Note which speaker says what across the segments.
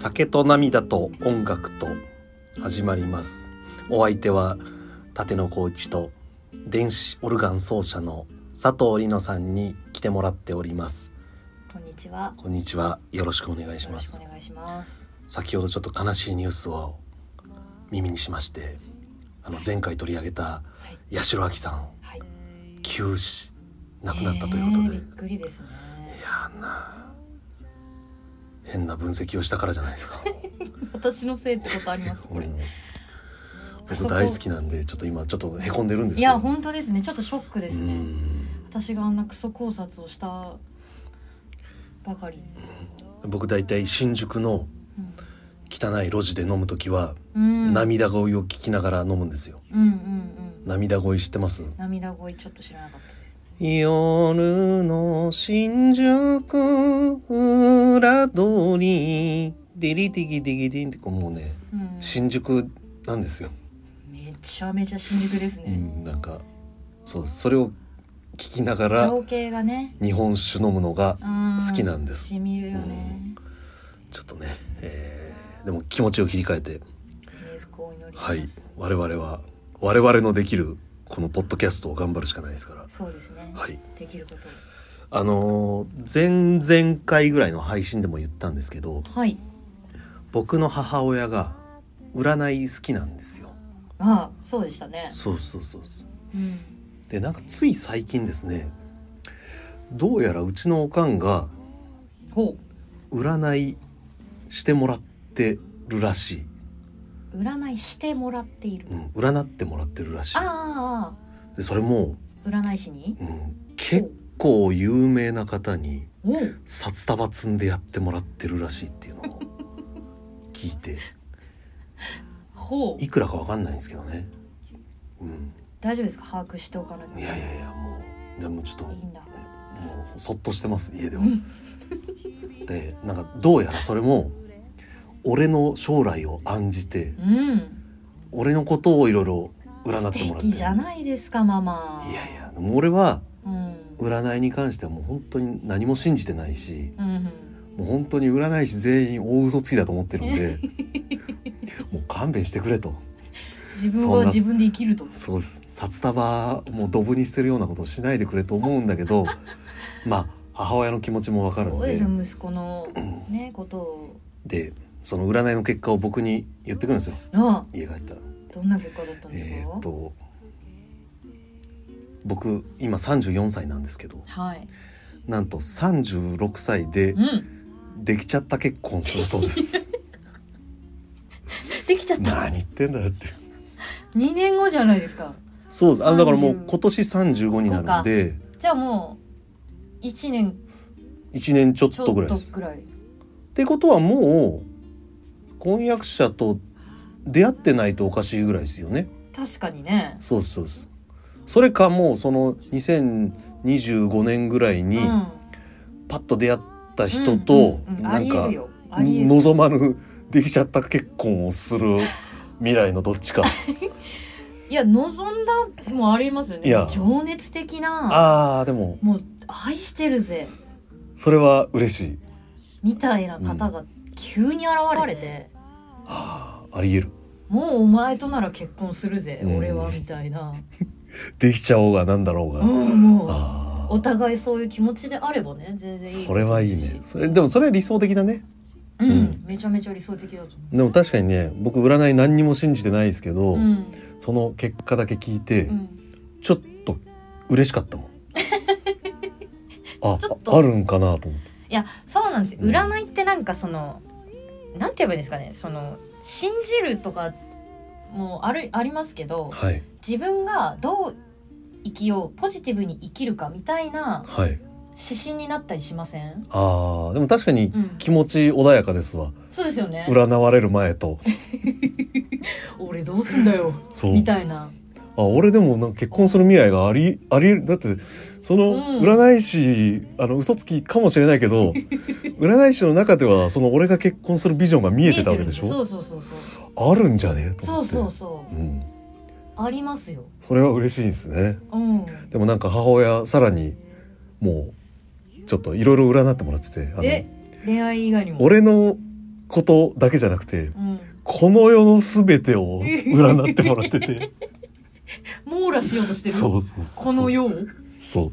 Speaker 1: 酒と涙と音楽と始まりますお相手は立野光一と電子オルガン奏者の佐藤里乃さんに来てもらっております
Speaker 2: こんにちは。
Speaker 1: こんにちはよろしくお願いし
Speaker 2: よ
Speaker 1: ま
Speaker 2: ろしく
Speaker 1: す
Speaker 2: お願いします。
Speaker 1: 先ほどちょっと悲しいニュースを耳にしましてあの前回取り上げた
Speaker 2: はい。
Speaker 1: 八代亜紀さん
Speaker 2: はい。
Speaker 1: 急死亡くなったということで、
Speaker 2: ねえびっくりですね。
Speaker 1: いやあんな変な分析をしたからじゃないです か
Speaker 2: 私のせいってことあります。こ
Speaker 1: う
Speaker 2: れ。
Speaker 1: ん僕
Speaker 2: そこ
Speaker 1: 大好きなんでちょっと今ちょっとへこんでるんです
Speaker 2: い
Speaker 1: けど
Speaker 2: や、本当ですね。ちょっとショックです
Speaker 1: う
Speaker 2: ね。
Speaker 1: ん
Speaker 2: 私があんなクソ考察をした。ばかりに。
Speaker 1: 僕大体新宿の
Speaker 2: うん
Speaker 1: 汚い路地で飲む時は
Speaker 2: うん。
Speaker 1: 涙声を聞きながら飲むんですよ
Speaker 2: うんうんうん。
Speaker 1: 涙声知ってます
Speaker 2: 涙声ちょっと知らなかったです。
Speaker 1: 夜の新宿裏通りディリディギディギディンってこうもうね
Speaker 2: うん。
Speaker 1: 新宿なんですよ、
Speaker 2: めちゃめちゃ新宿です
Speaker 1: う
Speaker 2: ね。
Speaker 1: ん、なんかそうそれを聞きながら
Speaker 2: 情景がね。
Speaker 1: 日本酒飲むのが
Speaker 2: 好
Speaker 1: 好きなんです
Speaker 2: 染みるよね。
Speaker 1: ちょっとね、えーでも気持ちを切り替えて
Speaker 2: 冥福をお祈り
Speaker 1: は
Speaker 2: し
Speaker 1: い
Speaker 2: ます。
Speaker 1: 我々は我々のできるこのポッドキャストを頑張るしかないですから
Speaker 2: そうですね。
Speaker 1: はい
Speaker 2: できることを。
Speaker 1: あのー前々回ぐらいの配信でも言ったんですけど
Speaker 2: はい。
Speaker 1: 僕の母親が占い好きなんですよ
Speaker 2: ああ、そうでしたね。
Speaker 1: そうそうそうそう
Speaker 2: うん。
Speaker 1: でなんかつい最近ですねどうやらうちのおかんが
Speaker 2: ほ
Speaker 1: 占いしてもらってるらしい、
Speaker 2: う。占いしてもらっている。
Speaker 1: うん、占ってもらってるらしい
Speaker 2: あああ
Speaker 1: でそれも、
Speaker 2: あ、占い師に。
Speaker 1: うん、結構有名な方に
Speaker 2: おう
Speaker 1: 札束積んでやってもらってるらしいっていうのを聞い て
Speaker 2: ほう
Speaker 1: い。くらかわかんないんですけどねうん
Speaker 2: 大丈夫ですか、把握しておかなくて。
Speaker 1: いやいやいやもうでもちょっと
Speaker 2: いいんだ。
Speaker 1: もうそっとしてます家では
Speaker 2: う。ん。
Speaker 1: でなんかどうやらそれも俺の将来を案じて
Speaker 2: うん。
Speaker 1: 俺のことをいろいろ占
Speaker 2: 素
Speaker 1: ってもらって
Speaker 2: 敵じゃないですか、ママ。
Speaker 1: いやいやもう俺は
Speaker 2: うん。
Speaker 1: 占いに関してはもう本当に何も信じてないし
Speaker 2: うんうん。
Speaker 1: もう本当に占い師全員大嘘つきだと思ってるんで もう勘弁してくれと
Speaker 2: 自分は
Speaker 1: そんな
Speaker 2: 自分で生きると。
Speaker 1: そうです札束もうドブに捨てるようなことをしないでくれと思うんだけ どまあ母親の気持ちもわかるん
Speaker 2: そうで
Speaker 1: です
Speaker 2: よ、息子の。ね、ことを。
Speaker 1: でその占いの結果を僕に言ってくるんですよ
Speaker 2: ああ、
Speaker 1: 家帰ったら。
Speaker 2: どんな結果だったんで
Speaker 1: え
Speaker 2: す
Speaker 1: ーっ
Speaker 2: か。
Speaker 1: と僕今34歳なんですけど
Speaker 2: はい。
Speaker 1: なんと36歳で
Speaker 2: うん。
Speaker 1: できちゃった結婚するそうです
Speaker 2: できちゃった。
Speaker 1: 何言ってんだよって
Speaker 2: 二年後じゃないですか。
Speaker 1: そうですあだからもう
Speaker 2: 30
Speaker 1: 今年35になるんで
Speaker 2: じゃあもう。一年
Speaker 1: 1年ちょっ
Speaker 2: ちょ
Speaker 1: とぐら
Speaker 2: っ
Speaker 1: いで
Speaker 2: と
Speaker 1: す
Speaker 2: くらい。
Speaker 1: ってことはもう婚約者と出会ってないとおかしいぐらいですよね。
Speaker 2: 確かにね。
Speaker 1: そうですそうです。それかもうその2025年ぐらいうに
Speaker 2: ん。
Speaker 1: パッと出会った人と
Speaker 2: うんうんうんあ
Speaker 1: なん
Speaker 2: りえ
Speaker 1: か
Speaker 2: るよありえる
Speaker 1: 望まぬできちゃった結婚をす る未来のどっちか。
Speaker 2: いや望んだもありますよね
Speaker 1: いや
Speaker 2: 情熱的な
Speaker 1: ああでも
Speaker 2: もう愛してるぜ
Speaker 1: それは嬉しい。
Speaker 2: みたいな方が急に現れて、
Speaker 1: あーありえる。
Speaker 2: もうお前となら結婚するぜ、
Speaker 1: うん
Speaker 2: 俺はみたいな、
Speaker 1: できちゃおうがなんだろう
Speaker 2: う
Speaker 1: が。
Speaker 2: ん、もう
Speaker 1: あ
Speaker 2: お互いそういう気持ちであればね全
Speaker 1: あ
Speaker 2: 然いい
Speaker 1: それはいいね。それで
Speaker 2: も
Speaker 1: もそれは理想的だね。
Speaker 2: うん、
Speaker 1: うん
Speaker 2: めちゃめちゃ理想的だと
Speaker 1: でも確かにね僕占い何にも信じてないですけど、
Speaker 2: 思ううん、
Speaker 1: その結果だけ聞いて、
Speaker 2: うん、
Speaker 1: ちょっと嬉しかった もんあ
Speaker 2: ちょっと
Speaker 1: ああるんかなと思って
Speaker 2: いやそうなんですよ
Speaker 1: うん
Speaker 2: 占いってなんかその、なんて言えばいいんですかねその信じるとかもあるありますけど、
Speaker 1: はい
Speaker 2: 自分がどう生きようポジティブに生きるかみたいな
Speaker 1: はい
Speaker 2: 指針になったりしません、
Speaker 1: あーでも確かに
Speaker 2: うん、
Speaker 1: 気持ち穏やかですわ、
Speaker 2: そうですよね
Speaker 1: 占われる前と
Speaker 2: 俺どうすんだよ
Speaker 1: そう
Speaker 2: みたいな
Speaker 1: あ俺でもなんか結婚する未来があ りありえるだってその
Speaker 2: うん
Speaker 1: 占い師、あの嘘つきかもしれないけ ど占い師の中ではその俺が結婚するビジョンが見えてたわけでし
Speaker 2: 見えて
Speaker 1: ょ
Speaker 2: るんそうそうそうそう
Speaker 1: あるんじゃねと
Speaker 2: そ
Speaker 1: 思
Speaker 2: う
Speaker 1: って
Speaker 2: そうそう
Speaker 1: うん、
Speaker 2: ありますよ
Speaker 1: それは嬉しいですね
Speaker 2: うん
Speaker 1: でもなんか母親さらにもうちょっといろいろ占ってもらっててあの
Speaker 2: え恋愛以外にも
Speaker 1: 俺のことだけじゃなくて
Speaker 2: うん、
Speaker 1: この世の全てを占ってもらって て
Speaker 2: 網羅しようとしてる
Speaker 1: そうそうそう
Speaker 2: この世を
Speaker 1: そう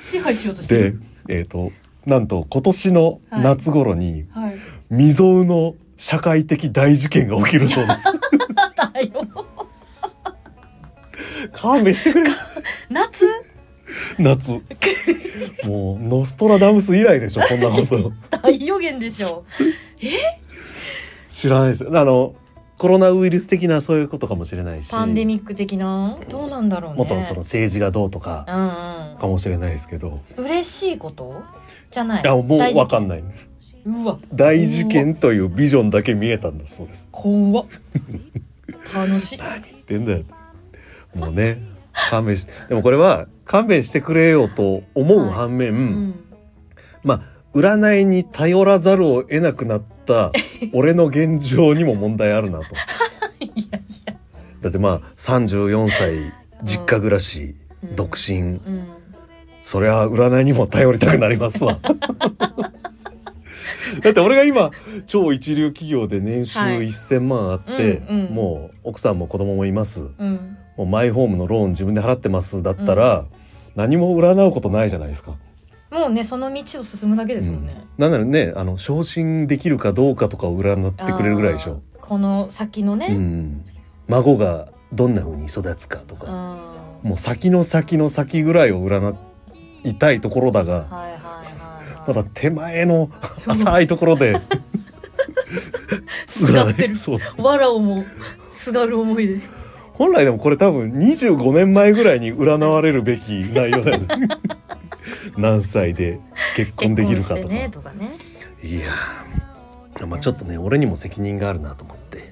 Speaker 2: 支配しようとして
Speaker 1: で
Speaker 2: る
Speaker 1: えっ、となんと今年の夏頃に
Speaker 2: はい
Speaker 1: 未曾有の社会的大事件が起きるそう です
Speaker 2: あったよ
Speaker 1: 勘弁してくれ
Speaker 2: 夏
Speaker 1: 夏もうノストラダムス以来でしょこんなこと
Speaker 2: 大予言でしょ
Speaker 1: 知らないですよあのコロナウイルス的なそういうことかもしれないし
Speaker 2: パンデミック的などうなんだろうね
Speaker 1: 元のその政治がどうとか
Speaker 2: うん
Speaker 1: かもしれないですけど、
Speaker 2: うん嬉しいことじゃない
Speaker 1: いやもう
Speaker 2: 大事
Speaker 1: わかんないう
Speaker 2: わ
Speaker 1: 大事件というビジョンだけ見えたんだそうです
Speaker 2: 怖っ楽しい
Speaker 1: 言ってんだよもうね勘弁してでもこれは勘弁してくれよと思う反面、
Speaker 2: うん
Speaker 1: まあ占いに頼らざるを得なくな った俺の現状にも問題あるなと。
Speaker 2: いやいや
Speaker 1: だってまあ34歳実家暮らし、
Speaker 2: うん
Speaker 1: 独身
Speaker 2: うん
Speaker 1: そりゃ占いにも頼りたくなります わだって俺が今超一流企業で年収
Speaker 2: はい
Speaker 1: 1,000万あって、
Speaker 2: うんうん
Speaker 1: もう奥さんも子供もいます
Speaker 2: うん
Speaker 1: もうマイホームのローン自分で払ってますだったら、何も占うことないじゃないですか。
Speaker 2: もうねその道を進むだけですもんね、
Speaker 1: うんなんならねあの昇進できるかどうかとかを占ってくれるぐらいでしょ。
Speaker 2: あーこの先のね、
Speaker 1: う
Speaker 2: うん
Speaker 1: ん、孫がどんな風に育つかとか、もう先の先の先ぐらいを占いたいところだが、
Speaker 2: はいはいはい、はい、
Speaker 1: まだ手前 の浅いところで
Speaker 2: すがってる
Speaker 1: そう
Speaker 2: わらをもすがる思いで
Speaker 1: 本来でもこれ多分25年前ぐらいに占われるべき内容だよ ね何歳で結婚できるかと
Speaker 2: 結
Speaker 1: か、
Speaker 2: 婚してねとかね
Speaker 1: いやーまあちょっとね俺にも責任があるなと思って、う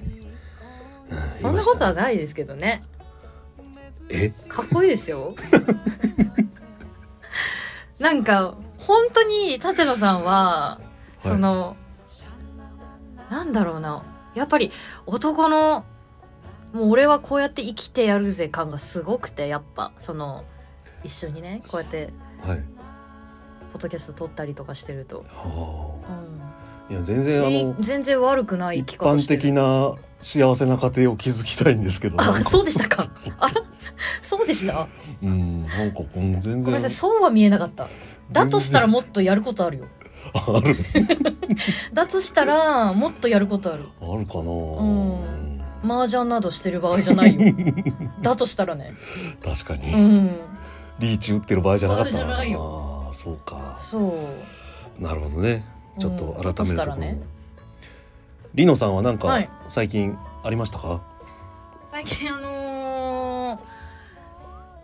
Speaker 2: そんなこと
Speaker 1: 言
Speaker 2: は
Speaker 1: いま
Speaker 2: ないですけどね
Speaker 1: した
Speaker 2: かっこいいですよなんか本当に舘野さんは
Speaker 1: え、
Speaker 2: その、なんだろうなやっぱり男のもう俺はこうやって生きてやるぜ感がすごくてやっぱその一緒にねこうやって
Speaker 1: はい、はい
Speaker 2: ポッドキャスト撮ったりとかしてると、
Speaker 1: はあ、い
Speaker 2: うん
Speaker 1: や全然あ
Speaker 2: え
Speaker 1: の
Speaker 2: ー全然悪くない生き
Speaker 1: 一
Speaker 2: 方
Speaker 1: 般
Speaker 2: してる
Speaker 1: 的な幸せな家庭を築きたいんですけどなん
Speaker 2: あ
Speaker 1: か
Speaker 2: そうでしたか
Speaker 1: そう
Speaker 2: あらそうでした
Speaker 1: うんなんかうん全
Speaker 2: ごめんなさい
Speaker 1: 然
Speaker 2: そうは見えなかっただとしたらもっとやることあるよ
Speaker 1: ある
Speaker 2: だとしたらもっとやることある
Speaker 1: あるかな、
Speaker 2: ん麻雀などしてる場合じゃな いよだとしたらね
Speaker 1: 確かに、
Speaker 2: うん
Speaker 1: リーチ打ってる場合じゃなかった
Speaker 2: 場合じゃない
Speaker 1: ああそうか
Speaker 2: そう
Speaker 1: なるほどねちょっと
Speaker 2: うん
Speaker 1: 改
Speaker 2: だと
Speaker 1: め
Speaker 2: してた
Speaker 1: この、
Speaker 2: らね
Speaker 1: リノさんはなん
Speaker 2: は
Speaker 1: か
Speaker 2: い
Speaker 1: 最近ありましたか、
Speaker 2: 最近あのー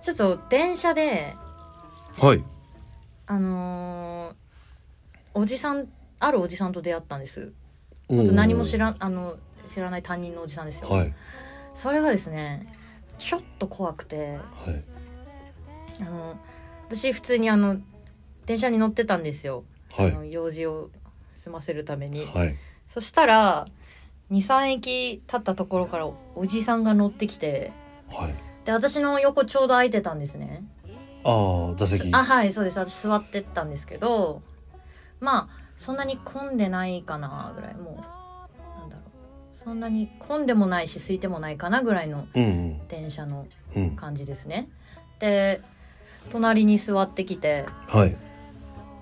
Speaker 2: ちょっと電車で
Speaker 1: はい
Speaker 2: あのーおじさんあるおじさんと出会ったんです
Speaker 1: うん
Speaker 2: 何も知らんあの知らない担任のおじさんですよ、
Speaker 1: はいはい
Speaker 2: それがですねちょっと怖くてあの私普通にあの電車に乗ってたんですよ、
Speaker 1: はい
Speaker 2: あの用事を済ませるために、
Speaker 1: はい
Speaker 2: そしたら23駅経ったところからおおじさんが乗ってきて
Speaker 1: はい
Speaker 2: で私の横ちょうど空いてたんですね
Speaker 1: ああ座
Speaker 2: す
Speaker 1: 席
Speaker 2: あはいそうです私座ってったんですけどまあそんなに混んでないかなぐらいもうなんだろうそんなに混んでもないし空いてもないかなぐらいの
Speaker 1: うん
Speaker 2: 電車の
Speaker 1: うんうん
Speaker 2: 感じですねで隣に座ってきて
Speaker 1: はい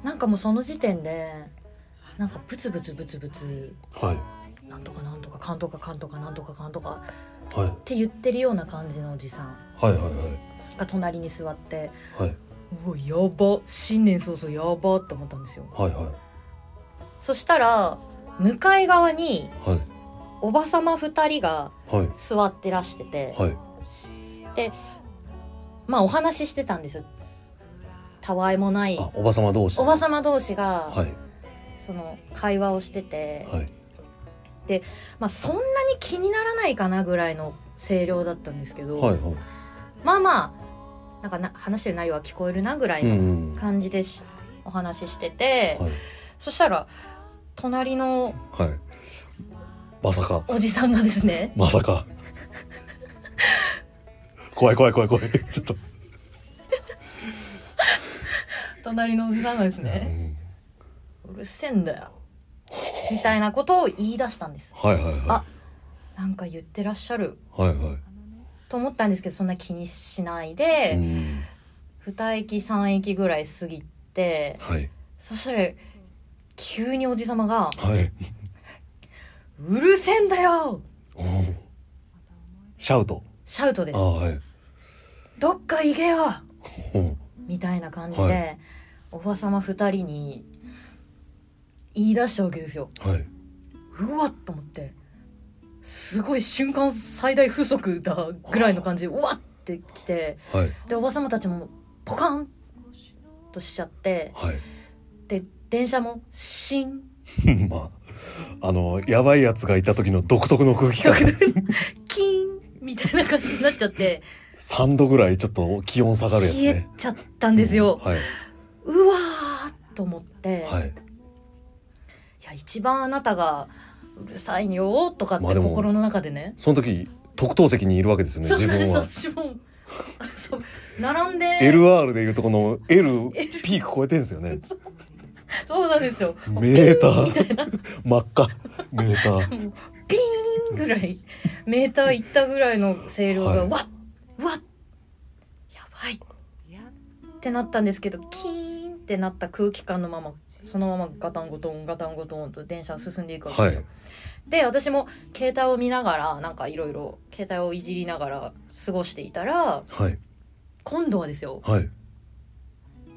Speaker 2: なんかもうその時点でなんかブツブツブツブツ
Speaker 1: はい
Speaker 2: なんとかなんとかかんとかかんとかなんとかかんとか
Speaker 1: はい
Speaker 2: って言ってるような感じのおじさん
Speaker 1: はいはい
Speaker 2: が隣に座って
Speaker 1: はいはいう
Speaker 2: わやば新年早々やばって思ったんですよ
Speaker 1: はいはい
Speaker 2: そしたら向かい側に
Speaker 1: はい
Speaker 2: おばさま2人が
Speaker 1: はい
Speaker 2: 座ってらしてて、
Speaker 1: はい
Speaker 2: まあお話ししてたんですよたわいもない
Speaker 1: あおばさま同士
Speaker 2: おばさま同士
Speaker 1: は
Speaker 2: が
Speaker 1: い
Speaker 2: その会話をしてて、
Speaker 1: はい
Speaker 2: まあそんなに気にならないかなぐらいの声量だったんですけど、
Speaker 1: はいはい
Speaker 2: まあまあなんかな話してる内容は聞こえるなぐらい
Speaker 1: うん
Speaker 2: の
Speaker 1: うんは
Speaker 2: 感じでし、お話ししてて、
Speaker 1: い
Speaker 2: そしたら隣の
Speaker 1: はいまさか
Speaker 2: おじさんがですね
Speaker 1: まさか。怖い怖い怖い怖い。ちょっと。
Speaker 2: 隣のおじさんがです
Speaker 1: うん
Speaker 2: うるせえんだよみたいなことを言い出したんです
Speaker 1: はいはいはい
Speaker 2: あなんか言ってらっしゃる
Speaker 1: はいは
Speaker 2: と思ったんですけどそんな気にしない
Speaker 1: い、う
Speaker 2: で、
Speaker 1: ん、
Speaker 2: 2駅3駅ぐらい過ぎて
Speaker 1: はい
Speaker 2: そしたら急におじさまが
Speaker 1: はい
Speaker 2: 「うるせえんだよ!
Speaker 1: おーシャウト」
Speaker 2: シャウトで
Speaker 1: あ
Speaker 2: す
Speaker 1: ーはい
Speaker 2: 「どっか行けよ!」
Speaker 1: うん
Speaker 2: みたいな感じで、
Speaker 1: は
Speaker 2: おばさま2人に言い出したわけですよ。
Speaker 1: はいう
Speaker 2: わっと思ってすごい瞬間最大風速だぐらいの感じでうわってきて
Speaker 1: はい
Speaker 2: でおばさまたちもポカンとしちゃって
Speaker 1: はい
Speaker 2: で電車もシン
Speaker 1: まあ、あの、やばいやつがいた時の独特の空 気感。
Speaker 2: キンみたいな感じになっちゃって
Speaker 1: 3度ぐらいちょっと気温下がるやつ
Speaker 2: 冷え
Speaker 1: ね。
Speaker 2: ちゃったんですよ。
Speaker 1: はい。
Speaker 2: うわーと思って、、
Speaker 1: はいい。
Speaker 2: や一番あなたがうるさいよーとかっ
Speaker 1: まあ
Speaker 2: て
Speaker 1: でも
Speaker 2: 心の中でね。
Speaker 1: その時、特等席にいるわけですよね、
Speaker 2: そう
Speaker 1: 自分は。
Speaker 2: そう自分あそう並んで
Speaker 1: LR でいうとこの L ピーク超えてるんですよ ね。
Speaker 2: そうなんですよ
Speaker 1: メータ
Speaker 2: みた
Speaker 1: ー、
Speaker 2: いな
Speaker 1: 真っ赤。メーター。
Speaker 2: ピーンぐらいメーター行ったぐらいの声量が、
Speaker 1: はい
Speaker 2: わっわっやばいってなったんですけどキーンってなった空気感のままそのままガタンゴトンガタンゴトンと電車進んでいくわけ
Speaker 1: は
Speaker 2: ですよ、
Speaker 1: い。
Speaker 2: で私も携帯を見ながらなんかいろいろ携帯をいじりながら過ごしていたら
Speaker 1: はい。
Speaker 2: 今度はですよ
Speaker 1: はい。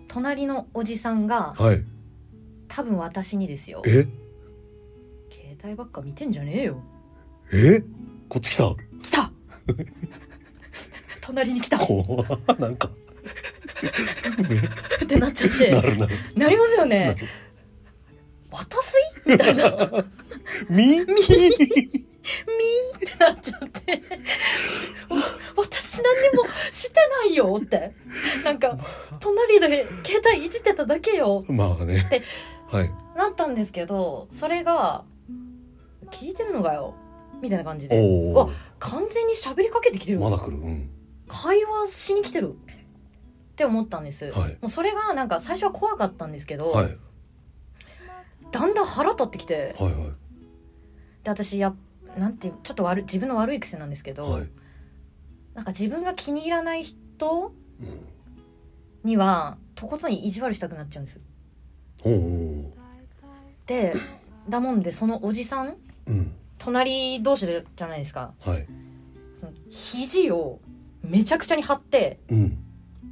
Speaker 2: 隣のおじさんが
Speaker 1: はい。
Speaker 2: 多分私にですよ
Speaker 1: え
Speaker 2: 携帯ばっか見てんじゃねえよ
Speaker 1: えこっち来た
Speaker 2: 来た 隣に来たっ
Speaker 1: 怖っ なんか。
Speaker 2: てなっちゃって
Speaker 1: なるなる。
Speaker 2: なりますよ
Speaker 1: な
Speaker 2: ね
Speaker 1: る。
Speaker 2: 渡すいみたいなみーっ
Speaker 1: み
Speaker 2: てなっちゃって お私何にもしてないよってなんか隣で携帯いじってただけよ
Speaker 1: まあね
Speaker 2: で。
Speaker 1: はい。
Speaker 2: なったんですけどそれが「聞いてんのかよ」みたいな感じで
Speaker 1: おお。
Speaker 2: 完全に喋りかけてきてる、
Speaker 1: まだ来る。うん。
Speaker 2: 会話しに来てるって思ったんです、
Speaker 1: はい。
Speaker 2: もうそれがなんか最初は怖かったんですけど、
Speaker 1: はい。
Speaker 2: だんだん腹立ってきて
Speaker 1: はいはい
Speaker 2: で私やなんていうちょっと悪い自分の悪い癖なんですけど、
Speaker 1: はい、
Speaker 2: なんか自分が気に入らない人
Speaker 1: うん、
Speaker 2: にはとことん意地悪したくなっちゃうんですよ
Speaker 1: おうおう
Speaker 2: でだもんでそのおじさん
Speaker 1: うん
Speaker 2: 隣同士でじゃないですか
Speaker 1: はい
Speaker 2: その肘をめちゃくちゃに張って
Speaker 1: うん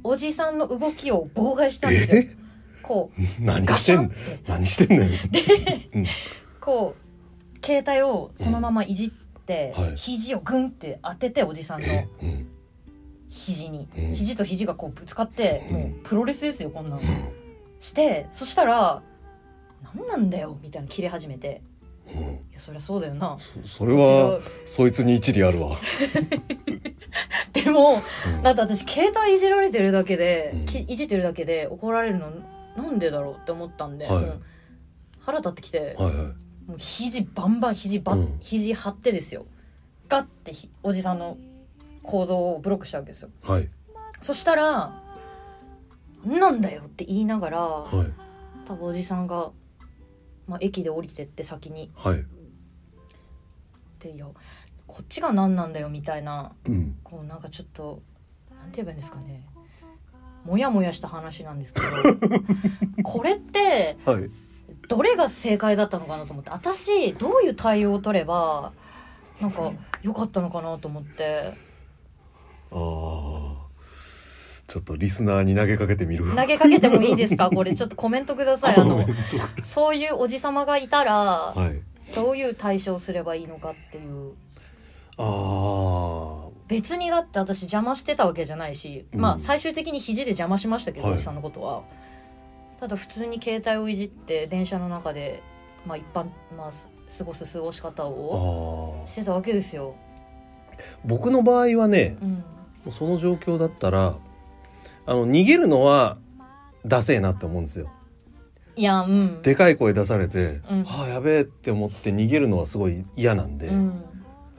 Speaker 2: おじさんの動きを妨害したんですよ
Speaker 1: え
Speaker 2: こう
Speaker 1: 何
Speaker 2: ガ
Speaker 1: して
Speaker 2: シャンっ
Speaker 1: ん
Speaker 2: て
Speaker 1: 何してんねん
Speaker 2: こう携帯をそのままいじっ
Speaker 1: う
Speaker 2: て、
Speaker 1: んはい
Speaker 2: 肘をグンって当てておじさんの
Speaker 1: えうん
Speaker 2: 肘に、
Speaker 1: うん
Speaker 2: 肘と肘がこうぶつかって、
Speaker 1: うん
Speaker 2: もうプロレスですよこんなの
Speaker 1: うん
Speaker 2: してそしたら「何なんだよ」みたいな切れ始めて
Speaker 1: うん
Speaker 2: 「いやそりゃそうだよな」
Speaker 1: そそれはそいつに一理あるわ、
Speaker 2: 違うでも
Speaker 1: うん
Speaker 2: だって私携帯いじられてるだけで、
Speaker 1: うん
Speaker 2: きいじってるだけで怒られるのなんでだろうって思ったんで、
Speaker 1: はい
Speaker 2: もう腹立ってきて、
Speaker 1: はいはい
Speaker 2: もう肘バンバン肘ば、
Speaker 1: うん
Speaker 2: 肘張ってですよガッてひおじさんの行動をブロックしたわけですよ
Speaker 1: はい
Speaker 2: そしたら「何なんだよ」って言いながら、
Speaker 1: はい
Speaker 2: 多分おじさんが、まあ、駅で降りてって先に
Speaker 1: はい
Speaker 2: ってよこっちが何なんだよみたいな
Speaker 1: うん
Speaker 2: こうなんかちょっとなんて言えばいいんですかねもやもやした話な んですけどこれって
Speaker 1: はい
Speaker 2: どれが正解だったのかなと思って私どういう対応を取ればなんか良かったのかなと思って
Speaker 1: ああちょっとリスナーに投げかけてみる
Speaker 2: 投げかけてもいいで すかこれちょっとコメントくださいあ
Speaker 1: コメ
Speaker 2: の
Speaker 1: ント
Speaker 2: そういうおじさまがいたら
Speaker 1: はい
Speaker 2: どういう対処をすればいいのかっていう
Speaker 1: ああ
Speaker 2: 別にだって私邪魔してたわけじゃないし、
Speaker 1: うん
Speaker 2: まあ最終的に肘で邪魔しましたけど、
Speaker 1: はい
Speaker 2: おじさんのことはただ普通に携帯をいじって電車の中で、まあ、一般、まあ、す過ごす過ごし方
Speaker 1: あ
Speaker 2: を
Speaker 1: ー
Speaker 2: してたわけですよ、
Speaker 1: 僕の場合はね
Speaker 2: うん、
Speaker 1: その状況だったらあの逃げるのはダセえなって思うんですよ
Speaker 2: いやうん
Speaker 1: でかい声出されて、
Speaker 2: うん
Speaker 1: ああやべえって思って逃げるのはすごい嫌なんで、
Speaker 2: うん、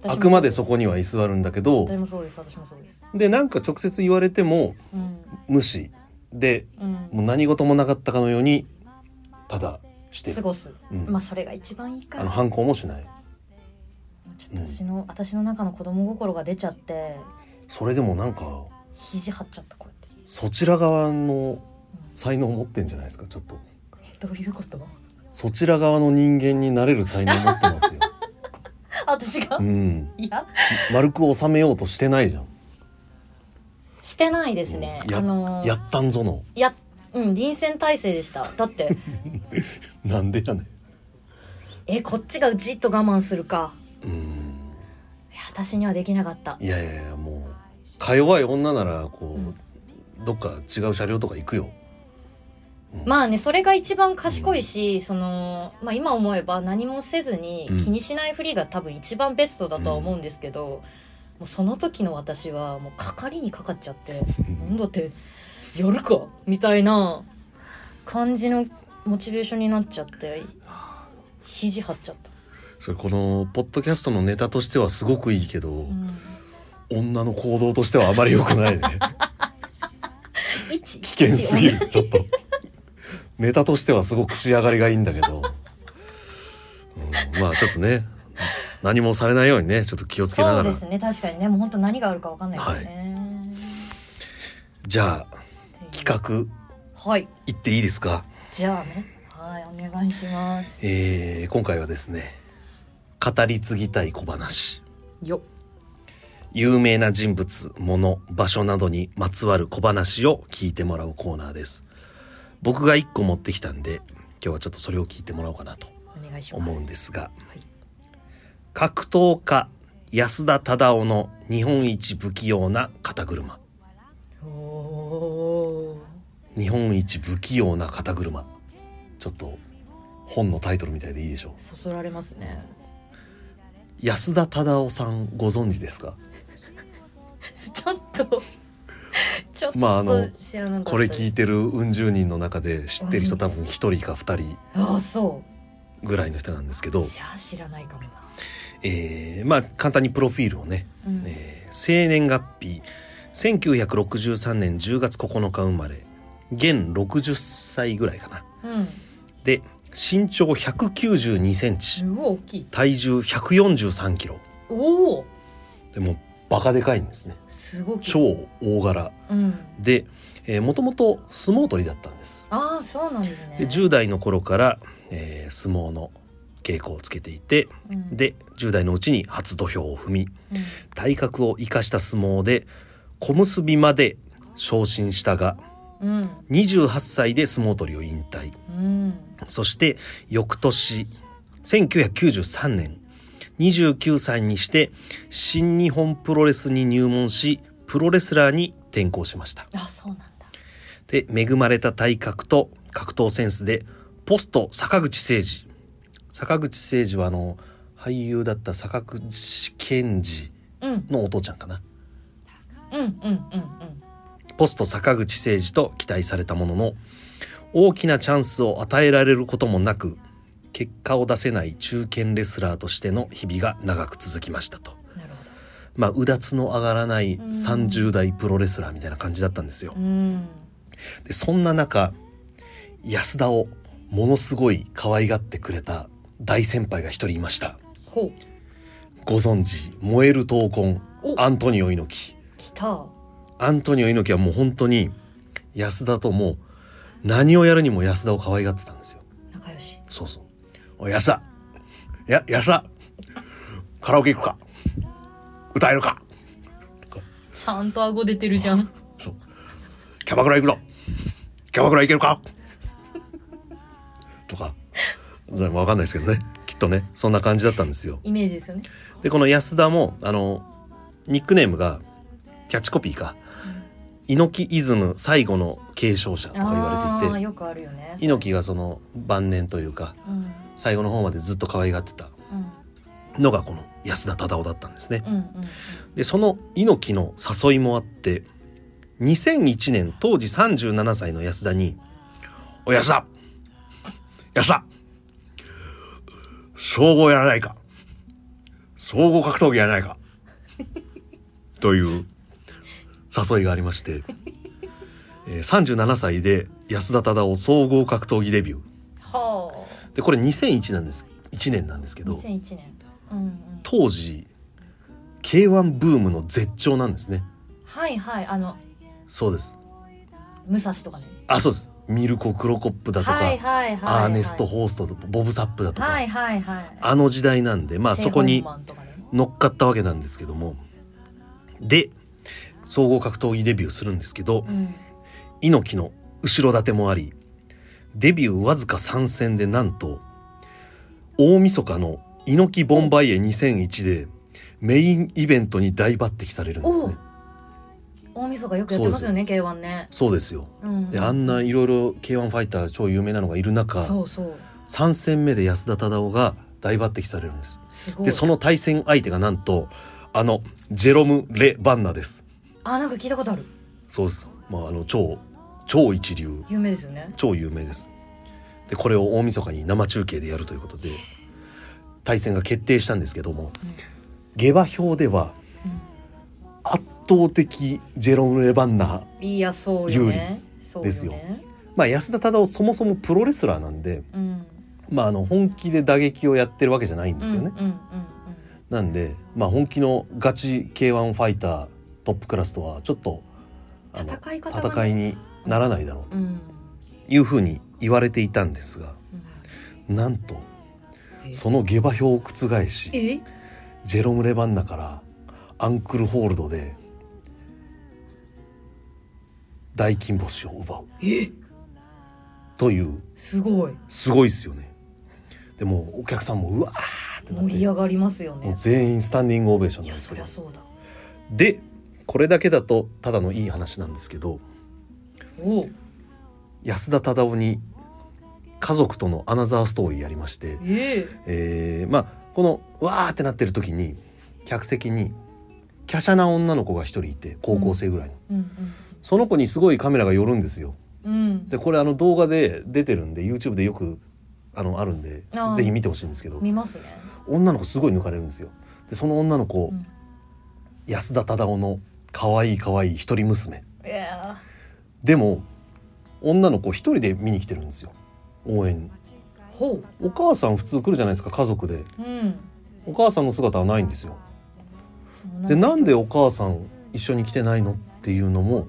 Speaker 1: あくまでそ
Speaker 2: こ
Speaker 1: こには居座るんだけど
Speaker 2: 私もそうです私もそうです
Speaker 1: でなんか直接言われても
Speaker 2: うん
Speaker 1: 無視で
Speaker 2: うん
Speaker 1: もう何事もなかったかのようにただして
Speaker 2: 過
Speaker 1: る、
Speaker 2: ごす
Speaker 1: うん
Speaker 2: まあそれが一番いいか
Speaker 1: あの反抗もしない
Speaker 2: もうちょっと私の、私の中の子供心が出ちゃって
Speaker 1: それでもなんか
Speaker 2: 肘張っちゃったこうやって
Speaker 1: そちら側の才能を持ってんじゃないですかちょっと
Speaker 2: えどういうこと
Speaker 1: そちら側の人間になれる才能を持って ますよ
Speaker 2: 私が、
Speaker 1: うん
Speaker 2: いや
Speaker 1: 丸く収めようとしてないじゃん
Speaker 2: してないですね、
Speaker 1: うんや
Speaker 2: あのー
Speaker 1: やったんぞの
Speaker 2: やうん臨戦態勢でしただって
Speaker 1: なんでやねん
Speaker 2: えこっちがじっと我慢するか
Speaker 1: うん
Speaker 2: いや私にはできなかった
Speaker 1: いやいやいやもうか弱い女ならこうどっか違う車両とか行くよ
Speaker 2: まあねそれが一番賢いしその、まあ、今思えば何もせずに
Speaker 1: うん
Speaker 2: 気にしないふりが多分一番ベストだとは思うんですけど、もうその時の私はもうかかりにかかっちゃって「なんだってやるか」みたいな感じのモチベーションになっちゃって肘張っちゃった。
Speaker 1: それこのポッドキャストのネタとしてはすごくいいけど、
Speaker 2: うん
Speaker 1: 女の行動としてはあまり良くないね
Speaker 2: 一
Speaker 1: 危険すぎ
Speaker 2: 一
Speaker 1: るちょっとネタとしてはすごく仕上がりがいいんだけど、うん、まあちょっとね何もされないようにねちょっと気をつけな
Speaker 2: そ
Speaker 1: が
Speaker 2: う
Speaker 1: ら、
Speaker 2: ですね確かにねもう本当何があるかわかんないからね、
Speaker 1: じゃあ
Speaker 2: っていう
Speaker 1: 企画
Speaker 2: はい
Speaker 1: 行っていいですか
Speaker 2: じゃあねはいお願いします
Speaker 1: えー今回はですね語り継ぎたい小話
Speaker 2: よっ
Speaker 1: 有名な人物物場所などにまつわる小話を聞いてもらうコーナーです僕が1個持ってきたんで今日はちょっとそれを聞いてもらおうかなと
Speaker 2: お願いします
Speaker 1: 思うんですが
Speaker 2: はい
Speaker 1: 格闘家安田忠雄の日本一不器用な肩車
Speaker 2: おー
Speaker 1: 日本一不器用な肩車ちょっと本のタイトルみたいでいいでしょ
Speaker 2: そそられますね
Speaker 1: う安田忠雄さんご存知ですか
Speaker 2: ちょっとちょっと、
Speaker 1: まああの
Speaker 2: 知らなかった
Speaker 1: これ聞いてるうん十人の中で知ってる人多分一人か二人
Speaker 2: ああそ
Speaker 1: ぐらいの人なんですけど
Speaker 2: う、じゃあ知らないかもな、
Speaker 1: えーまあ簡単にプロフィールをね、
Speaker 2: うん
Speaker 1: えー生年月日1963年10月9日生まれ現60歳ぐらいかな
Speaker 2: うん
Speaker 1: で身長192センチ
Speaker 2: うお大きい
Speaker 1: 体重143キロ
Speaker 2: おお
Speaker 1: でもうバカでかいんですね
Speaker 2: すごく
Speaker 1: 超大柄
Speaker 2: うん
Speaker 1: でもともと相撲取りだったんです
Speaker 2: ああそうなんですね
Speaker 1: で10代の頃から、えー相撲の稽古をつけていて
Speaker 2: うん、
Speaker 1: で10代のうちに初土俵を踏み
Speaker 2: うん
Speaker 1: 体格を生かした相撲で小結びまで昇進したが
Speaker 2: うん
Speaker 1: 28歳で相撲取りを引退
Speaker 2: うん
Speaker 1: そして翌年1993年29歳にして新日本プロレスに入門しプロレスラーに転向しました
Speaker 2: あそうなんだ
Speaker 1: で恵まれた体格と格闘センスでポスト坂口誠二坂口誠二はあの俳優だった坂口健二
Speaker 2: うん
Speaker 1: のお父ちゃんかな
Speaker 2: うんうんうん
Speaker 1: ポスト坂口誠二と期待されたものの大きなチャンスを与えられることもなく結果を出せない中堅レスラーとしての日々が長く続きましたと
Speaker 2: うんなるほど
Speaker 1: まあうだつの上がらない
Speaker 2: うん
Speaker 1: 30代プロレスラーみたいな感じだったんですよ
Speaker 2: うん
Speaker 1: でそんな中安田をものすごい可愛がってくれた大先輩が一人いました
Speaker 2: ほう
Speaker 1: ご存知燃える闘魂
Speaker 2: お
Speaker 1: アントニオ猪木
Speaker 2: 来た
Speaker 1: アントニオ猪木はもう本当に安田ともう何をやるにも安田を可愛がってたんですよ
Speaker 2: 仲良し
Speaker 1: そうそうおい安田や安田カラオケ行くか歌えるか
Speaker 2: ちゃんと顎出てるじゃん
Speaker 1: そうキャバクラ行くのキャバクラ行ける かとか分かんないですけどねきっとねそんな感じだったんですよ
Speaker 2: イメージですよね
Speaker 1: でこの安田もあのニックネームがキャッチコピーか猪木イズム最後の継承者とか言われてい
Speaker 2: あ
Speaker 1: て
Speaker 2: ーよくあるよね
Speaker 1: 猪木がその晩年というか
Speaker 2: うん
Speaker 1: 最後の方までずっと可愛がってた
Speaker 2: うん
Speaker 1: のがこの安田忠雄だったんですね
Speaker 2: う。んうん
Speaker 1: でその猪木の誘いもあって2001年当時37歳の安田に「おい安田安田総合やらないか総合格闘技やら ないか」という誘いがありまして、えー37歳で安田忠雄総合格闘技デビュー。
Speaker 2: はあ
Speaker 1: でこれ2001なんです1年なんですけど
Speaker 2: 2001年うんうん
Speaker 1: 当時 K1 ブームの絶頂なんですね
Speaker 2: はいはいあの
Speaker 1: そうです
Speaker 2: 武蔵とかね
Speaker 1: あそうですミルコ・クロコップだとか、
Speaker 2: はいはいはいは
Speaker 1: ア
Speaker 2: い
Speaker 1: ーネスト・ホーストとかボブ・サップだとか、
Speaker 2: はいはいはい
Speaker 1: あの時代なんでまあ
Speaker 2: シェ
Speaker 1: そ
Speaker 2: イホ
Speaker 1: こ
Speaker 2: ー
Speaker 1: に
Speaker 2: マンとかね
Speaker 1: 乗っかったわけなんですけどもで総合格闘技デビューするんですけど
Speaker 2: うん
Speaker 1: 猪木の後ろ盾もありデビューわずか3戦でなんと大晦日の猪木ボンバイエ2001でメインイベントに大抜擢されるんですね
Speaker 2: 大晦日よくやってますよね K1 ね
Speaker 1: そうですよ
Speaker 2: うん
Speaker 1: であんないろいろ k 1ファイター超有名なのがいる中
Speaker 2: そうそう
Speaker 1: 3戦目で安田忠雄が大抜擢されるんです
Speaker 2: すごい
Speaker 1: でその対戦相手がなんとあのジェロム・レ・バンナです
Speaker 2: あなんか聞いたことある
Speaker 1: そうですまああの超超一流
Speaker 2: 有名ですよね
Speaker 1: 超有名ですでこれを大晦日に生中継でやるということで対戦が決定したんですけども下馬評では圧倒的ジェロム・レバンナ
Speaker 2: いやそうよねそう
Speaker 1: ですよ
Speaker 2: ね
Speaker 1: まあ安田忠夫そもそもプロレスラーなんで、
Speaker 2: うん
Speaker 1: まあ、あの本気で打撃をやってるわけじゃないんですよね、
Speaker 2: うんうん
Speaker 1: なんで、まあ、本気のガチ k 1ファイタートップクラスとはちょっとあの
Speaker 2: 戦い方がね
Speaker 1: 戦いにならないだろう
Speaker 2: うんうんうん
Speaker 1: というふうに言われていたんですがなんと
Speaker 2: え
Speaker 1: その下馬評を覆し
Speaker 2: え
Speaker 1: ジェロム・レバンナからアンクルホールドで大金星を奪う
Speaker 2: え
Speaker 1: という
Speaker 2: すごい
Speaker 1: すごいですよねでもうお客さんもうわーってなっ
Speaker 2: 盛り
Speaker 1: て
Speaker 2: 上がりますよ
Speaker 1: もう
Speaker 2: ね
Speaker 1: 全員スタンディングオベーション
Speaker 2: い
Speaker 1: なん
Speaker 2: や
Speaker 1: です
Speaker 2: そ
Speaker 1: け
Speaker 2: り
Speaker 1: ど
Speaker 2: ゃそうだ
Speaker 1: でこれだけだとただのいい話なんですけど
Speaker 2: おう
Speaker 1: 安田忠夫に家族とのアナザーストーリーやりまして、
Speaker 2: え
Speaker 1: えーまあこのわーってなってる時に客席に華奢な女の子が一人いて高校生ぐらいの、
Speaker 2: えうん
Speaker 1: その子にすごいカメラが寄るんですよ
Speaker 2: うんうん
Speaker 1: でこれあの動画で出てるんで YouTube でよくあのあるんで
Speaker 2: あー
Speaker 1: ぜひ見てほしいんですけど
Speaker 2: 見ますね
Speaker 1: 女の子すごい抜かれるんですよでその女の子、
Speaker 2: うん
Speaker 1: 安田忠夫の可愛い可愛い一人娘
Speaker 2: いや
Speaker 1: でも女の子一人で見に来てるんですよ応援に
Speaker 2: ーほ
Speaker 1: お母さん普通来るじゃないですか家族で
Speaker 2: ううん
Speaker 1: お母さんの姿はないんですよでなんでお母さん一緒に来てないのっていうのも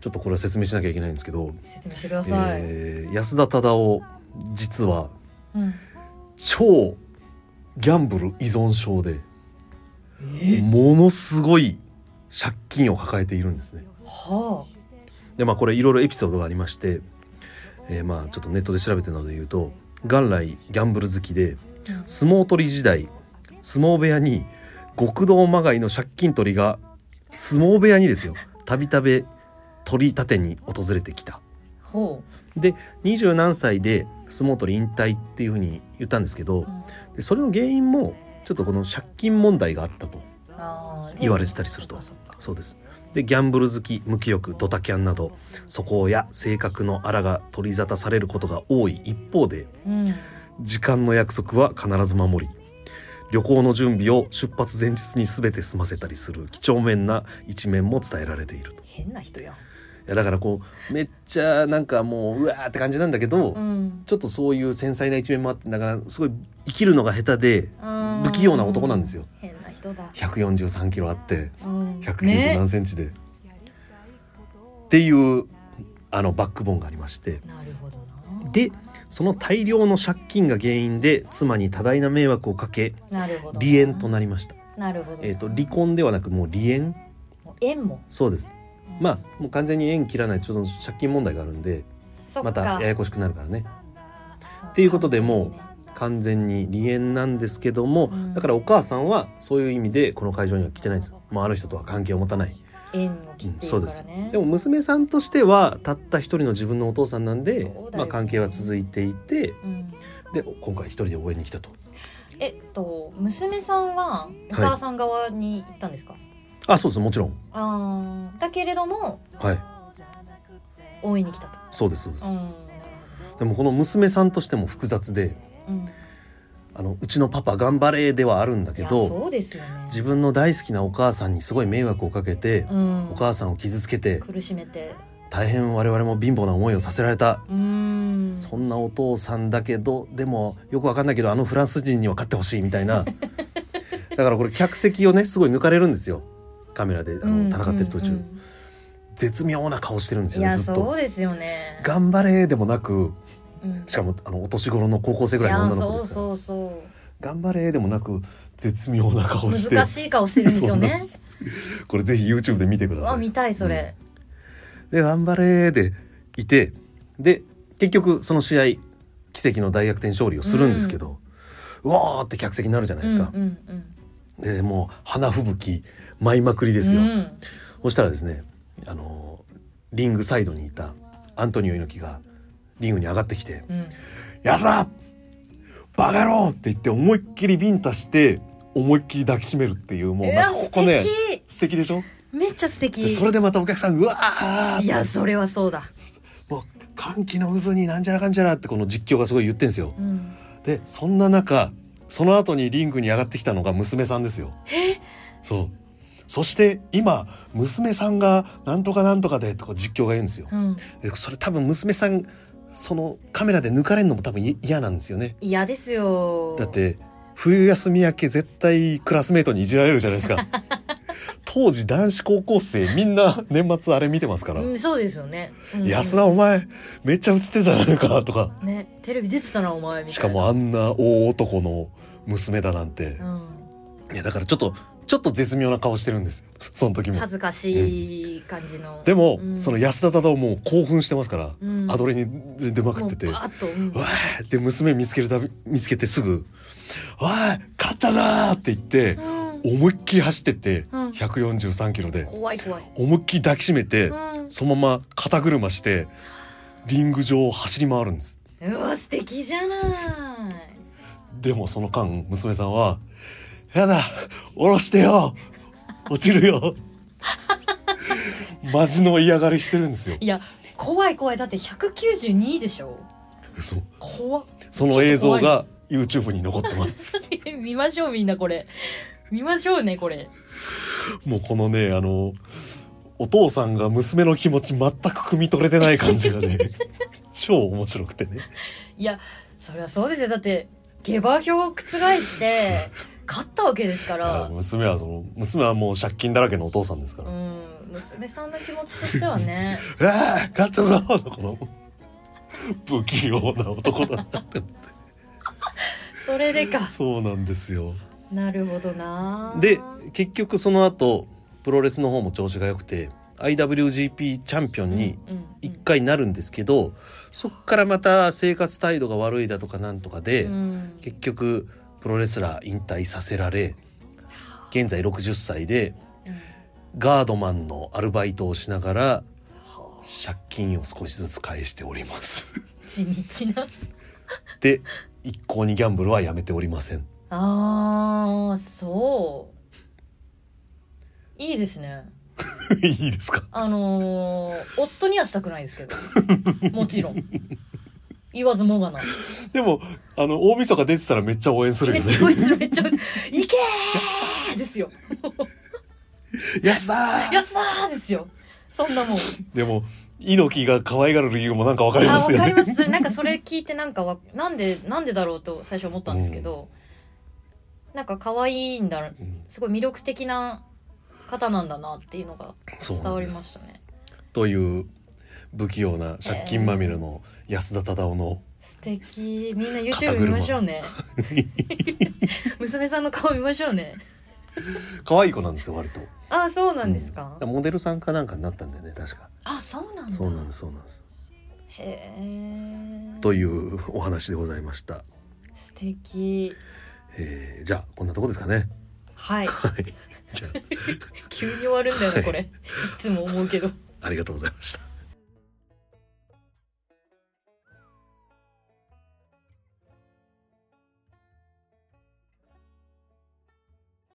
Speaker 1: ちょっとこれは説明しなきゃいけないんですけど、
Speaker 2: 説明してください、
Speaker 1: えー安田忠夫実は
Speaker 2: うん
Speaker 1: 超ギャンブル依存症でものすごい借金を抱えているんですね。
Speaker 2: は
Speaker 1: でまあこれいろいろエピソードがありまして、えーまあちょっとネットで調べてるので言うと元来ギャンブル好きで相撲取り時代相撲部屋に極道まがいの借金取りが相撲部屋にですよたびたび取り立てに訪れてきた。
Speaker 2: あほ
Speaker 1: で二十何歳で相撲取り引退っていうふうに言ったんですけど
Speaker 2: う、うん
Speaker 1: でそれの原因もちょっとこの借金問題があったと
Speaker 2: あー
Speaker 1: 言われてたりすると
Speaker 2: そっかそっか
Speaker 1: そうですでギャンブル好き無気力ドタキャンなど素行や性格のあらが取り沙汰されることが多い一方で
Speaker 2: うん
Speaker 1: 時間の約束は必ず守り旅行の準備を出発前日に全て済ませたりする几帳面な一面も伝えられているとい
Speaker 2: 変な人やん
Speaker 1: やだからこうめっちゃなんかもううわーって感じなんだけど、
Speaker 2: うん
Speaker 1: ちょっとそういう繊細な一面もあってだからすごい生きるのが下手で
Speaker 2: うん
Speaker 1: 不器用な男なんですよ
Speaker 2: 変な人だ
Speaker 1: 143キロあって
Speaker 2: うん
Speaker 1: 190
Speaker 2: ね
Speaker 1: 何センチで、っていうあのバックボーンがありまして
Speaker 2: なるほど
Speaker 1: でその大量の借金が原因で妻に多大な迷惑をかけ
Speaker 2: ななるほど
Speaker 1: 離縁となりました、
Speaker 2: なるほど
Speaker 1: えー、と離婚ではなくもう離縁
Speaker 2: もう縁も
Speaker 1: そうですまあもう完全に縁切らないとちょっと借金問題があるんで
Speaker 2: そっか
Speaker 1: またややこしくなるからねっていうことでもう完全に離縁なんですけども、
Speaker 2: うん
Speaker 1: だからお母さんはそういう意味でこの会場には来てないんですもうあの人とは関係を持たない
Speaker 2: 縁を切っているからね
Speaker 1: でも娘さんとしてはたった一人の自分のお父さんなんで、
Speaker 2: そうだよね
Speaker 1: まあ、関係は続いていて
Speaker 2: うん
Speaker 1: で今回一人で応援に来たと
Speaker 2: えっと娘さんはお母さん側に行ったんですか
Speaker 1: あそうですもちろん
Speaker 2: あーだけれども
Speaker 1: はい
Speaker 2: 応援に来たと
Speaker 1: そうですそうです、
Speaker 2: うんなる
Speaker 1: でもこの娘さんとしても複雑で
Speaker 2: ほどうん
Speaker 1: あのうちのパパ頑張れではあるんだけ
Speaker 2: いや
Speaker 1: ど
Speaker 2: そうですよね
Speaker 1: 自分の大好きなお母さんにすごい迷惑をかけて、
Speaker 2: うん
Speaker 1: お母さんを傷つけて
Speaker 2: 苦しめて
Speaker 1: 大変我々も貧乏な思いをさせられた
Speaker 2: うーん
Speaker 1: そんなお父さんだけどでもよくわかんないけどあのフランス人には勝ってほしいみたいな だからこれ客席をねすごい抜かれるんですよカメラであ
Speaker 2: うん
Speaker 1: の戦ってる途中、
Speaker 2: うんうん
Speaker 1: 絶妙な顔してるんです
Speaker 2: い
Speaker 1: よね
Speaker 2: や
Speaker 1: ずっ
Speaker 2: そう
Speaker 1: と
Speaker 2: ですよね
Speaker 1: 「頑張れ!」でもなく
Speaker 2: うん
Speaker 1: しかもあのお年頃の高校生ぐらいの女の子
Speaker 2: いや
Speaker 1: で
Speaker 2: そう
Speaker 1: すから
Speaker 2: そうそ
Speaker 1: 「頑張れ!」でもなく絶妙な顔し
Speaker 2: う
Speaker 1: て
Speaker 2: 難しい顔してるんですよ
Speaker 1: そうなんで
Speaker 2: ね
Speaker 1: すこれぜひ YouTube で見てくだ
Speaker 2: あ
Speaker 1: さい
Speaker 2: 見たいそれ、
Speaker 1: で「頑張れ!」でいてで結局その試合奇跡の大逆転勝利をするんですけど、うわーって客席になるじゃないですか、
Speaker 2: うんうんうん
Speaker 1: でもう花吹雪舞いまくりですよ、
Speaker 2: うん
Speaker 1: そしたらですねあのリングサイドにいたアントニオ猪木がリングに上がってきて
Speaker 2: うん
Speaker 1: 「やつらバカ野郎!」って言って思いっきりビンタして思いっきり抱きしめるっていうもう
Speaker 2: う
Speaker 1: な
Speaker 2: わ
Speaker 1: んかこ
Speaker 2: 素
Speaker 1: こね
Speaker 2: 敵
Speaker 1: 素敵でしょ
Speaker 2: めっちゃ素敵
Speaker 1: でそれでまたお客さん「うわー!」
Speaker 2: いやそれはそうだ、
Speaker 1: もう歓喜の渦になんちゃらかんちゃらってこの実況がすごい言ってんですよ
Speaker 2: うん、
Speaker 1: でそんな中その後にリングに上がってきたのが娘さんですよ。そうそして今娘さんが「なんとかなんとかで」とか実況が言うんですよ
Speaker 2: う。ん、
Speaker 1: でそれ多分娘さんそのカメラで抜かれるのも多分い嫌なんですよね。
Speaker 2: 嫌ですよ
Speaker 1: だって冬休み明け絶対クラスメートにいじられるじゃないです か。当時男子高校生みんな年末あれ見てますから
Speaker 2: う。ん、そうですよね、うん、
Speaker 1: 安田お前めっちゃ映ってたじゃないかとか。
Speaker 2: ねテレビ出てたなお前みたいな
Speaker 1: しかもあんな大男の娘だなんて。
Speaker 2: う
Speaker 1: いやだからちょっとちょっと絶妙な顔してるんですよその時
Speaker 2: ん、
Speaker 1: も
Speaker 2: 恥ずかしい感じの、
Speaker 1: でも、
Speaker 2: うん
Speaker 1: その安田忠夫もう興奮してますから、
Speaker 2: うん
Speaker 1: アドレに出まくってて「
Speaker 2: もう
Speaker 1: わ
Speaker 2: バーッと、うん
Speaker 1: ーい!」って娘見つけるたび見つけてすぐ「わーい勝ったぞ!」って言って、
Speaker 2: うん
Speaker 1: 思いっきり走ってって、
Speaker 2: うん
Speaker 1: 143キロで
Speaker 2: 怖い怖い、
Speaker 1: 思いっきり抱きしめて、
Speaker 2: うん
Speaker 1: そのまま肩車してリング上を走り回るんです
Speaker 2: うわ素敵じゃない
Speaker 1: でもその間娘さんは「やだ下ろしてよ落ちるよ」マジの嫌がりしてるんですよ
Speaker 2: いや怖い怖いだって192でしょ
Speaker 1: 嘘
Speaker 2: 怖っ
Speaker 1: その映像が YouTube に残ってます
Speaker 2: 見ましょうみんなこれ見ましょうねこれ
Speaker 1: もうこのねあのお父さんが娘の気持ち全く汲み取れてない感じがね超面白くてね
Speaker 2: いやそりゃそうですよだって下馬評を覆して 勝ったわけですか
Speaker 1: あ
Speaker 2: ら
Speaker 1: の娘はその娘はもう借金だらけのお父さんですか
Speaker 2: う
Speaker 1: ら「
Speaker 2: ん娘さんの気持ちとして はね
Speaker 1: うわあ勝ったぞ!」のこの 不器用な男だなって
Speaker 2: それでか
Speaker 1: そうなんですよ
Speaker 2: なるほどな
Speaker 1: で結局その後プロレスの方も調子が良くて IWGP チャンピオンに
Speaker 2: うんうんうん
Speaker 1: 1回なるんですけどそっからまた生活態度が悪いだとかなんとかで
Speaker 2: うん
Speaker 1: 結局プロレスラー引退させられ現在60歳で
Speaker 2: うん
Speaker 1: ガードマンのアルバイトをしながら
Speaker 2: はあ
Speaker 1: 借金を少しずつ返しております
Speaker 2: 地道な
Speaker 1: で一向にギャンブルはやめておりません
Speaker 2: あーそういいですね
Speaker 1: いいですか
Speaker 2: あのー、夫にはしたくないですけどもちろん言わずもがな
Speaker 1: でもあの大晦日出てたらめっちゃ応援する
Speaker 2: め
Speaker 1: よ
Speaker 2: っ
Speaker 1: ね
Speaker 2: ちゃ応援するめっちゃ応援するいけーですよ
Speaker 1: 「やったー!」
Speaker 2: やっさーですよそんなもん
Speaker 1: でも猪木が可愛がる理由もなんかわかりま
Speaker 2: あ
Speaker 1: す
Speaker 2: わ
Speaker 1: よ
Speaker 2: かり
Speaker 1: ね。
Speaker 2: ますそれなんかそれ聞いてなんかわなんでなんでだろうと最初思ったんですけど、なんか可愛いんだろ
Speaker 1: うん
Speaker 2: すごい魅力的な方なんだなっていうのが
Speaker 1: そう
Speaker 2: 伝
Speaker 1: なん
Speaker 2: わ
Speaker 1: で
Speaker 2: りまし
Speaker 1: す。
Speaker 2: たね
Speaker 1: という不器用な借金まみれの安田忠夫の、
Speaker 2: 素敵みんな
Speaker 1: 肩
Speaker 2: YouTube
Speaker 1: 車
Speaker 2: 見ましょ うね娘さんの顔見ましょうね
Speaker 1: 可愛い子なんですよ割と。
Speaker 2: あそうなんですか、
Speaker 1: うんモデルさんかなんかになったんだよね確か。
Speaker 2: あそうなんだ
Speaker 1: そうなんですそうなんです。
Speaker 2: へえ
Speaker 1: というお話でございました。
Speaker 2: 素敵
Speaker 1: えーじゃあこんなとこですかね。
Speaker 2: はい
Speaker 1: はい。じゃ
Speaker 2: 急に終わるんだよねこれいつも思うけど
Speaker 1: あありがとうございました。